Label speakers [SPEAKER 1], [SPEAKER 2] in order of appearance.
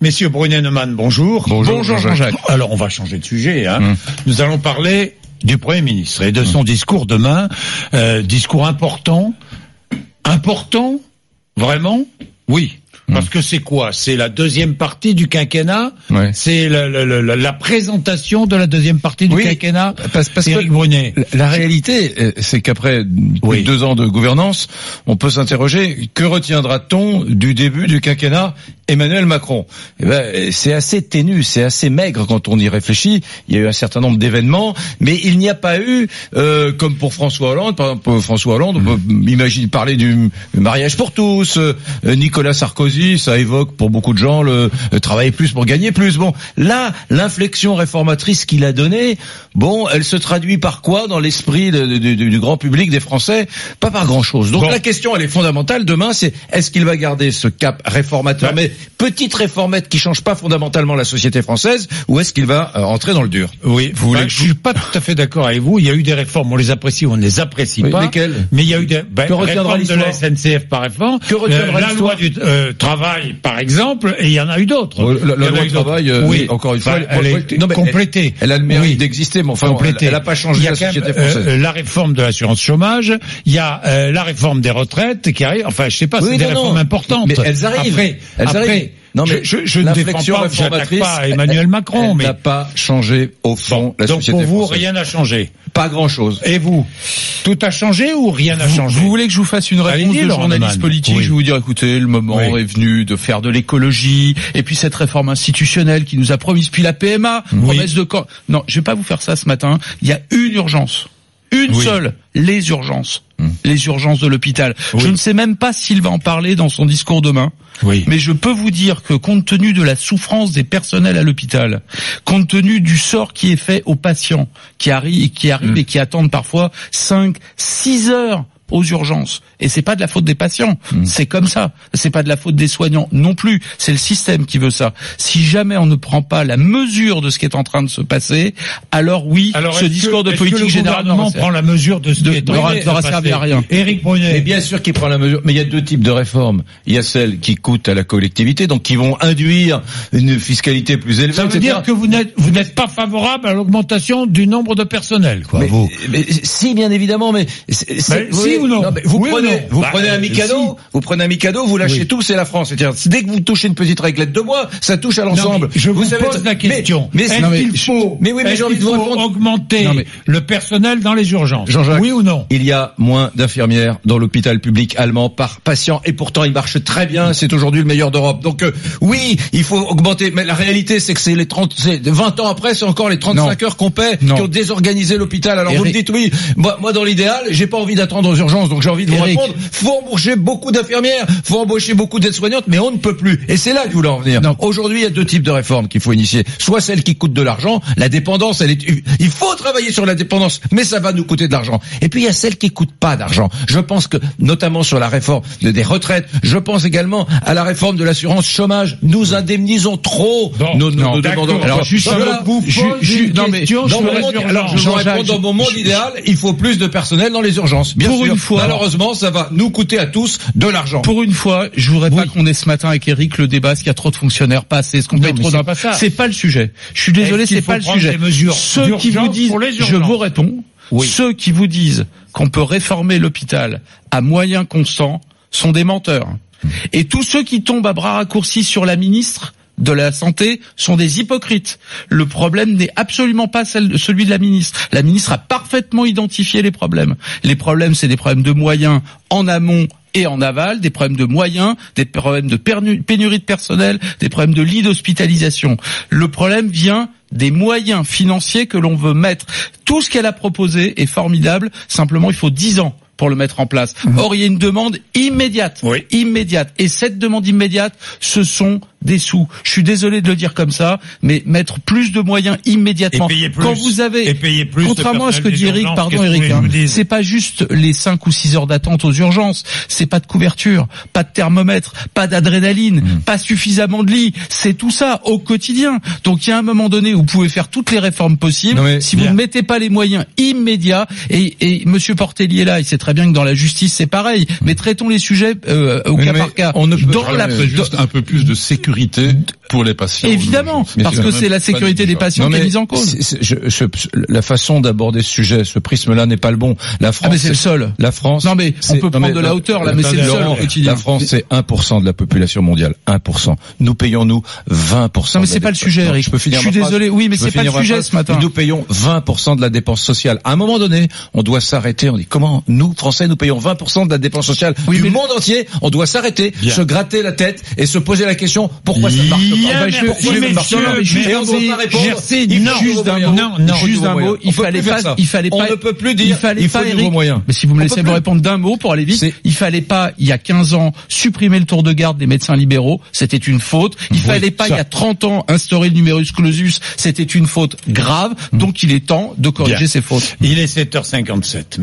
[SPEAKER 1] Messieurs Brunet-Neumann, bonjour.
[SPEAKER 2] Bonjour, Jean-Jacques.
[SPEAKER 1] Alors, on va changer de sujet. Hein.
[SPEAKER 2] Mm.
[SPEAKER 1] Nous allons parler du Premier ministre et de
[SPEAKER 2] Hum.
[SPEAKER 1] son discours demain. Euh, discours important. Important Vraiment Oui.
[SPEAKER 2] Hum.
[SPEAKER 1] Parce que c'est quoi C'est la deuxième partie du quinquennat
[SPEAKER 2] Ouais.
[SPEAKER 1] C'est la, la- la- la- la présentation de la deuxième partie du
[SPEAKER 2] Oui,
[SPEAKER 1] quinquennat
[SPEAKER 2] parce- parce que-
[SPEAKER 1] Éric Brunet.
[SPEAKER 2] La- La réalité, euh, c'est qu'après plus
[SPEAKER 1] Oui.
[SPEAKER 2] de deux ans de gouvernance, on peut s'interroger que retiendra-t-on du début du quinquennat Emmanuel Macron Eh ben, euh, c'est assez ténu, c'est assez maigre quand on y réfléchit. Il y a eu un certain nombre d'événements, mais il n'y a pas eu, euh, comme pour François Hollande, par exemple, pour François Hollande, on peut imaginer parler du mariage pour tous. euh, Nicolas Sarkozy, ça évoque pour beaucoup de gens le euh, travailler plus pour gagner plus. Bon, là, l'inflexion réformatrice qu'il a donnée, bon, elle se traduit par quoi dans l'esprit de- de- du, du grand public des Français Pas par grand-chose. Donc
[SPEAKER 1] Bon.
[SPEAKER 2] la question, elle est fondamentale. Demain, c'est est-ce qu'il va garder ce cap réformateur, mais petite réformette qui change pas fondamentalement la société française, ou est-ce qu'il va euh, entrer dans le dur
[SPEAKER 1] Oui, vous
[SPEAKER 2] voulez que
[SPEAKER 1] Bah, je suis pas tout à fait d'accord avec vous. Il y a eu des réformes, on les apprécie ou on ne les apprécie
[SPEAKER 2] Oui,
[SPEAKER 1] pas.
[SPEAKER 2] lesquelles
[SPEAKER 1] Mais il y a eu des ben,
[SPEAKER 2] Que retiendra
[SPEAKER 1] réformes de
[SPEAKER 2] l'histoire
[SPEAKER 1] la SNCF par exemple.
[SPEAKER 2] Que retiendra
[SPEAKER 1] la loi
[SPEAKER 2] l'histoire
[SPEAKER 1] du euh, travail par exemple, et il y en a eu d'autres.
[SPEAKER 2] Oh, la- la
[SPEAKER 1] Il y en a
[SPEAKER 2] loi
[SPEAKER 1] eu
[SPEAKER 2] du
[SPEAKER 1] d'autres.
[SPEAKER 2] travail, euh,
[SPEAKER 1] oui.
[SPEAKER 2] encore une
[SPEAKER 1] Enfin,
[SPEAKER 2] fois,
[SPEAKER 1] elle,
[SPEAKER 2] elle- elle-
[SPEAKER 1] est
[SPEAKER 2] non, mais elle-
[SPEAKER 1] complétée.
[SPEAKER 2] Elle a le mérite
[SPEAKER 1] Oui.
[SPEAKER 2] d'exister, mais enfin,
[SPEAKER 1] Complétée.
[SPEAKER 2] elle n'a pas
[SPEAKER 1] Il
[SPEAKER 2] changé
[SPEAKER 1] y a
[SPEAKER 2] la
[SPEAKER 1] quand même,
[SPEAKER 2] société française.
[SPEAKER 1] euh, la réforme de l'assurance chômage, il y a euh, la réforme des retraites qui arrive. Enfin, je sais pas, euh, c'est
[SPEAKER 2] Oui,
[SPEAKER 1] des
[SPEAKER 2] non, non.
[SPEAKER 1] réformes importantes.
[SPEAKER 2] Mais elles arrivent.
[SPEAKER 1] Après,
[SPEAKER 2] Elles
[SPEAKER 1] après,
[SPEAKER 2] arrivent.
[SPEAKER 1] Non, mais je, je ne défends
[SPEAKER 2] l'inflexion
[SPEAKER 1] pas, j'attaque
[SPEAKER 2] réformatrice,
[SPEAKER 1] pas Emmanuel
[SPEAKER 2] elle-
[SPEAKER 1] Macron,
[SPEAKER 2] elle
[SPEAKER 1] mais
[SPEAKER 2] n'a pas changé au fond la
[SPEAKER 1] donc
[SPEAKER 2] société
[SPEAKER 1] pour vous,
[SPEAKER 2] française.
[SPEAKER 1] rien n'a changé.
[SPEAKER 2] Pas grand chose.
[SPEAKER 1] Et vous Tout a changé ou rien n'a
[SPEAKER 3] Vous-
[SPEAKER 1] changé
[SPEAKER 3] Vous, voulez que je vous fasse une réponse
[SPEAKER 1] Allez-y,
[SPEAKER 3] de
[SPEAKER 1] Laurent
[SPEAKER 3] journaliste
[SPEAKER 1] Neumann.
[SPEAKER 3] politique
[SPEAKER 1] Oui.
[SPEAKER 3] Je vais vous dire, écoutez, le moment
[SPEAKER 1] Oui.
[SPEAKER 3] est venu de faire de l'écologie, et puis cette réforme institutionnelle qui nous a promise, puis la PMA, promesse de camp. Non, je vais pas vous faire ça ce matin. Il y a une urgence. Une
[SPEAKER 1] Oui.
[SPEAKER 3] seule. Les urgences. Les urgences de l'hôpital. Je
[SPEAKER 1] Hmm. Oui.
[SPEAKER 3] ne sais même pas s'il va en parler dans son discours demain.
[SPEAKER 1] Oui.
[SPEAKER 3] Mais je peux vous dire que compte tenu de la souffrance des personnels à l'hôpital, compte tenu du sort qui est fait aux patients qui arrivent, qui
[SPEAKER 1] Hmm.
[SPEAKER 3] arrivent et qui attendent parfois 5, 6 heures aux urgences. Et c'est pas de la faute des patients.
[SPEAKER 1] Hmm.
[SPEAKER 3] C'est comme ça. C'est pas de la faute des soignants non plus. C'est le système qui veut ça. Si jamais on ne prend pas la mesure de ce qui est en train de se passer, alors oui,
[SPEAKER 1] Alors,
[SPEAKER 3] ce
[SPEAKER 1] est-ce que-
[SPEAKER 3] discours de
[SPEAKER 1] est-ce que
[SPEAKER 3] politique
[SPEAKER 1] le
[SPEAKER 3] générale
[SPEAKER 1] gouvernement prend la mesure de ce
[SPEAKER 3] de-
[SPEAKER 1] qui est en
[SPEAKER 3] n'aura-
[SPEAKER 1] train de
[SPEAKER 3] n'aura
[SPEAKER 1] se
[SPEAKER 3] servi à
[SPEAKER 1] passer
[SPEAKER 3] rien.
[SPEAKER 1] Éric
[SPEAKER 2] Mais
[SPEAKER 1] Brunet.
[SPEAKER 2] Eh bien sûr qu'il prend la mesure. Mais il y a deux types de réformes. Il y a celles qui coûtent à la collectivité, donc qui vont induire une fiscalité plus élevée.
[SPEAKER 1] Ça veut
[SPEAKER 2] etc.
[SPEAKER 1] dire que vous n'êtes vous n'êtes pas favorable à l'augmentation du nombre de personnel, quoi.
[SPEAKER 2] Mais- euh,
[SPEAKER 1] vous.
[SPEAKER 2] mais si, bien évidemment, mais c'est- c'est-
[SPEAKER 1] si
[SPEAKER 2] voyez,
[SPEAKER 1] Ben ou non
[SPEAKER 2] mais Vous
[SPEAKER 1] Oui ou
[SPEAKER 2] prenez,
[SPEAKER 1] non
[SPEAKER 2] vous
[SPEAKER 1] Bah,
[SPEAKER 2] prenez un
[SPEAKER 1] euh,
[SPEAKER 2] Mikado, vous prenez un Mikado, vous lâchez
[SPEAKER 1] Oui.
[SPEAKER 2] tout, c'est la France. C'est-à-dire, dès que vous touchez une petite réglette de bois, ça touche à l'ensemble.
[SPEAKER 1] Non, mais je vous,
[SPEAKER 2] savez-
[SPEAKER 1] pose la
[SPEAKER 2] mais-
[SPEAKER 1] question.
[SPEAKER 2] Mais,
[SPEAKER 1] est-ce
[SPEAKER 2] non, mais-
[SPEAKER 1] qu'il faut,
[SPEAKER 2] mais oui, mais
[SPEAKER 1] est-ce
[SPEAKER 2] j'ai envie
[SPEAKER 1] qu'il
[SPEAKER 2] de vous
[SPEAKER 1] faut
[SPEAKER 2] répondre.
[SPEAKER 1] augmenter
[SPEAKER 2] Non, mais-
[SPEAKER 1] le personnel dans les urgences
[SPEAKER 2] Jean-Jacques,
[SPEAKER 1] Oui ou non
[SPEAKER 2] Il y a moins d'infirmières dans l'hôpital public allemand par patient et pourtant il marche très bien, c'est aujourd'hui le meilleur d'Europe. Donc euh, oui, il faut augmenter, mais la réalité c'est que c'est les 30, c'est 20 ans après, c'est encore les 35 heures qu'on paie
[SPEAKER 3] Non.
[SPEAKER 2] qui ont désorganisé l'hôpital. Alors vous me
[SPEAKER 3] Eric.
[SPEAKER 2] dites oui, moi, moi, dans l'idéal, j'ai pas envie d'attendre aux urgences, donc j'ai envie de vous
[SPEAKER 3] Eric.
[SPEAKER 2] répondre, faut embaucher beaucoup d'infirmières, faut embaucher beaucoup d'aides-soignantes, mais on ne peut plus. Et c'est là que je voulais en venir.
[SPEAKER 3] Non.
[SPEAKER 2] Aujourd'hui, il y a deux types de réformes qu'il faut initier. Soit celles qui coûtent de l'argent, la dépendance, elle est, il faut travailler sur la dépendance, mais ça va nous coûter de l'argent. Et puis il y a celles qui coûtent pas d'argent. Je pense que, notamment sur la réforme de- des retraites, je pense également à la réforme de l'assurance chômage. Nous indemnisons trop
[SPEAKER 1] Non,
[SPEAKER 2] nos, nos-
[SPEAKER 1] non,
[SPEAKER 2] nos
[SPEAKER 1] d'accord.
[SPEAKER 2] demandeurs.
[SPEAKER 1] Alors, juste
[SPEAKER 2] Donc
[SPEAKER 1] un
[SPEAKER 2] là,
[SPEAKER 1] autre bout,
[SPEAKER 2] ju-
[SPEAKER 1] pose
[SPEAKER 2] ju-
[SPEAKER 1] une
[SPEAKER 2] non, mais
[SPEAKER 1] question
[SPEAKER 2] dans
[SPEAKER 1] sur
[SPEAKER 2] mon
[SPEAKER 1] les
[SPEAKER 2] monde-
[SPEAKER 1] urgences.
[SPEAKER 2] alors, je vous
[SPEAKER 1] Jean-Jacques,
[SPEAKER 2] réponds dans mon monde
[SPEAKER 1] je-
[SPEAKER 2] idéal, il faut plus de personnel dans les urgences. Bien
[SPEAKER 3] Pour
[SPEAKER 2] sûr.
[SPEAKER 3] une fois.
[SPEAKER 2] malheureusement, ça va nous coûter à tous de l'argent.
[SPEAKER 3] Pour une fois, je voudrais pas qu'on ait ce matin avec Eric le débat, est-ce qu'il y a trop de fonctionnaires, pas assez, est-ce qu'on paye
[SPEAKER 1] mais
[SPEAKER 3] trop
[SPEAKER 1] c'est
[SPEAKER 3] d'impôts
[SPEAKER 1] pas ça.
[SPEAKER 3] C'est pas le sujet. Je suis désolé,
[SPEAKER 1] Est-ce qu'il
[SPEAKER 3] c'est
[SPEAKER 1] faut
[SPEAKER 3] pas le
[SPEAKER 1] prendre
[SPEAKER 3] sujet.
[SPEAKER 1] des mesures
[SPEAKER 3] Ceux qui vous
[SPEAKER 1] d'urgence
[SPEAKER 3] disent,
[SPEAKER 1] pour les urgences
[SPEAKER 3] je vous réponds,
[SPEAKER 1] Oui.
[SPEAKER 3] ceux qui vous disent qu'on peut réformer l'hôpital à moyen constant sont des menteurs.
[SPEAKER 1] Hmm.
[SPEAKER 3] Et tous ceux qui tombent à bras raccourcis sur la ministre de la santé sont des hypocrites. Le problème n'est absolument pas celle- celui de la ministre. La ministre a parfaitement identifié les problèmes. Les problèmes, c'est des problèmes de moyens en amont et en aval, des problèmes de moyens, des problèmes de pernu- pénurie de personnel, des problèmes de lits d'hospitalisation. Le problème vient des moyens financiers que l'on veut mettre. Tout ce qu'elle a proposé est formidable, simplement il faut 10 ans pour le mettre en place. Or, il y a une demande immédiate,
[SPEAKER 1] Mhm. Oui.
[SPEAKER 3] immédiate. Et cette demande immédiate, ce sont des sous. Je suis désolé de le dire comme ça, mais mettre plus de moyens immédiatement.
[SPEAKER 1] Et payer plus.
[SPEAKER 3] Quand vous avez,
[SPEAKER 1] Et payer plus de
[SPEAKER 3] contrairement à ce que
[SPEAKER 1] personnel
[SPEAKER 3] dit
[SPEAKER 1] des
[SPEAKER 3] Eric,
[SPEAKER 1] urgences,
[SPEAKER 3] pardon
[SPEAKER 1] qu'est-ce que vous
[SPEAKER 3] Eric,
[SPEAKER 1] voulez que je
[SPEAKER 3] hein,
[SPEAKER 1] vous dise
[SPEAKER 3] c'est pas juste les 5 ou 6 heures d'attente aux urgences, c'est pas de couverture, pas de thermomètre, pas d'adrénaline,
[SPEAKER 1] Hmm.
[SPEAKER 3] pas suffisamment de lits, c'est tout ça au quotidien. Donc il y a un moment donné où vous pouvez faire toutes les réformes possibles,
[SPEAKER 2] Non, mais
[SPEAKER 3] si
[SPEAKER 1] bien.
[SPEAKER 3] vous ne mettez pas les moyens immédiats, et, et Monsieur Portelli est là, il sait très bien que dans la justice c'est pareil, mais traitons les sujets euh, au
[SPEAKER 2] Oui,
[SPEAKER 3] cas
[SPEAKER 2] mais
[SPEAKER 3] par cas.
[SPEAKER 2] on ne peut
[SPEAKER 3] dans
[SPEAKER 2] pas-
[SPEAKER 3] la,
[SPEAKER 2] mais juste
[SPEAKER 3] dans-
[SPEAKER 4] un peu plus de sécurité pour les patients.
[SPEAKER 3] Évidemment,
[SPEAKER 4] Mais
[SPEAKER 3] parce
[SPEAKER 4] c'est
[SPEAKER 3] que
[SPEAKER 4] même
[SPEAKER 3] c'est la
[SPEAKER 4] pas
[SPEAKER 3] sécurité des
[SPEAKER 4] négligeable.
[SPEAKER 3] patients qui est mise en cause.
[SPEAKER 2] c'est- c'est- je- je- la façon d'aborder ce sujet, ce prisme-là n'est pas le bon. La France,
[SPEAKER 3] Ah mais c'est le seul.
[SPEAKER 2] la France.
[SPEAKER 3] Non mais on
[SPEAKER 2] c'est-
[SPEAKER 3] peut
[SPEAKER 2] non,
[SPEAKER 3] prendre de la
[SPEAKER 2] non,
[SPEAKER 3] hauteur là, mais c'est le
[SPEAKER 2] attendez,
[SPEAKER 3] seul
[SPEAKER 2] Laurent,
[SPEAKER 3] au quotidien.
[SPEAKER 2] La France, c'est 1% de la population mondiale. 1%. Nous payons, nous, 20%.
[SPEAKER 3] Non mais
[SPEAKER 2] de la
[SPEAKER 3] c'est pas le
[SPEAKER 2] dépense.
[SPEAKER 3] sujet,
[SPEAKER 2] Non,
[SPEAKER 3] Eric.
[SPEAKER 2] Je peux finir
[SPEAKER 3] suis
[SPEAKER 2] ma phrase
[SPEAKER 3] désolé. Oui, mais
[SPEAKER 2] Je
[SPEAKER 3] c'est
[SPEAKER 2] peux
[SPEAKER 3] pas le
[SPEAKER 2] finir ma
[SPEAKER 3] sujet
[SPEAKER 2] phrase.
[SPEAKER 3] ce matin.
[SPEAKER 2] Nous payons 20% de la dépense sociale. À un moment donné, on doit s'arrêter. On dit comment nous, Français, nous payons 20% de la dépense sociale
[SPEAKER 3] Oui,
[SPEAKER 2] du
[SPEAKER 3] mais-
[SPEAKER 2] monde entier. On doit s'arrêter,
[SPEAKER 1] Bien.
[SPEAKER 2] se gratter la tête et se poser la question pourquoi ça ne marche
[SPEAKER 1] Bien,
[SPEAKER 2] pas. Ah ben,
[SPEAKER 1] merci,
[SPEAKER 2] Pourquoi ça ne marche pas
[SPEAKER 1] messieurs,
[SPEAKER 2] Et on doit pas
[SPEAKER 1] merci,
[SPEAKER 2] répondre.
[SPEAKER 1] merci,
[SPEAKER 2] Il
[SPEAKER 1] non,
[SPEAKER 2] faut du
[SPEAKER 1] juste
[SPEAKER 2] nouveau
[SPEAKER 1] un
[SPEAKER 2] moyen.
[SPEAKER 1] mot, non, non.
[SPEAKER 2] Il faut du
[SPEAKER 3] Juste
[SPEAKER 2] nouveau
[SPEAKER 3] un
[SPEAKER 2] moyen.
[SPEAKER 3] mot, il
[SPEAKER 2] On peut
[SPEAKER 3] fallait
[SPEAKER 2] plus
[SPEAKER 3] pas-
[SPEAKER 2] faire ça.
[SPEAKER 3] il fallait
[SPEAKER 2] On
[SPEAKER 3] pas-
[SPEAKER 2] ne peut plus dire.
[SPEAKER 3] il fallait
[SPEAKER 2] faut
[SPEAKER 3] pas,
[SPEAKER 2] du
[SPEAKER 3] Eric,
[SPEAKER 2] nouveau moyen.
[SPEAKER 3] Mais si vous me
[SPEAKER 2] On
[SPEAKER 3] laissez
[SPEAKER 2] peut
[SPEAKER 3] me
[SPEAKER 2] plus.
[SPEAKER 3] répondre d'un mot pour aller vite,
[SPEAKER 2] C'est-
[SPEAKER 3] il fallait pas, il y a 15 ans, supprimer le tour de garde des médecins libéraux, c'était une faute. Il fallait pas,
[SPEAKER 1] ça.
[SPEAKER 3] il y a 30 ans, instaurer le numerus clausus,
[SPEAKER 2] Mm.
[SPEAKER 3] c'était une faute grave. Donc il est temps de corriger
[SPEAKER 1] Bien.
[SPEAKER 3] ces fautes.
[SPEAKER 1] Il est 7h57.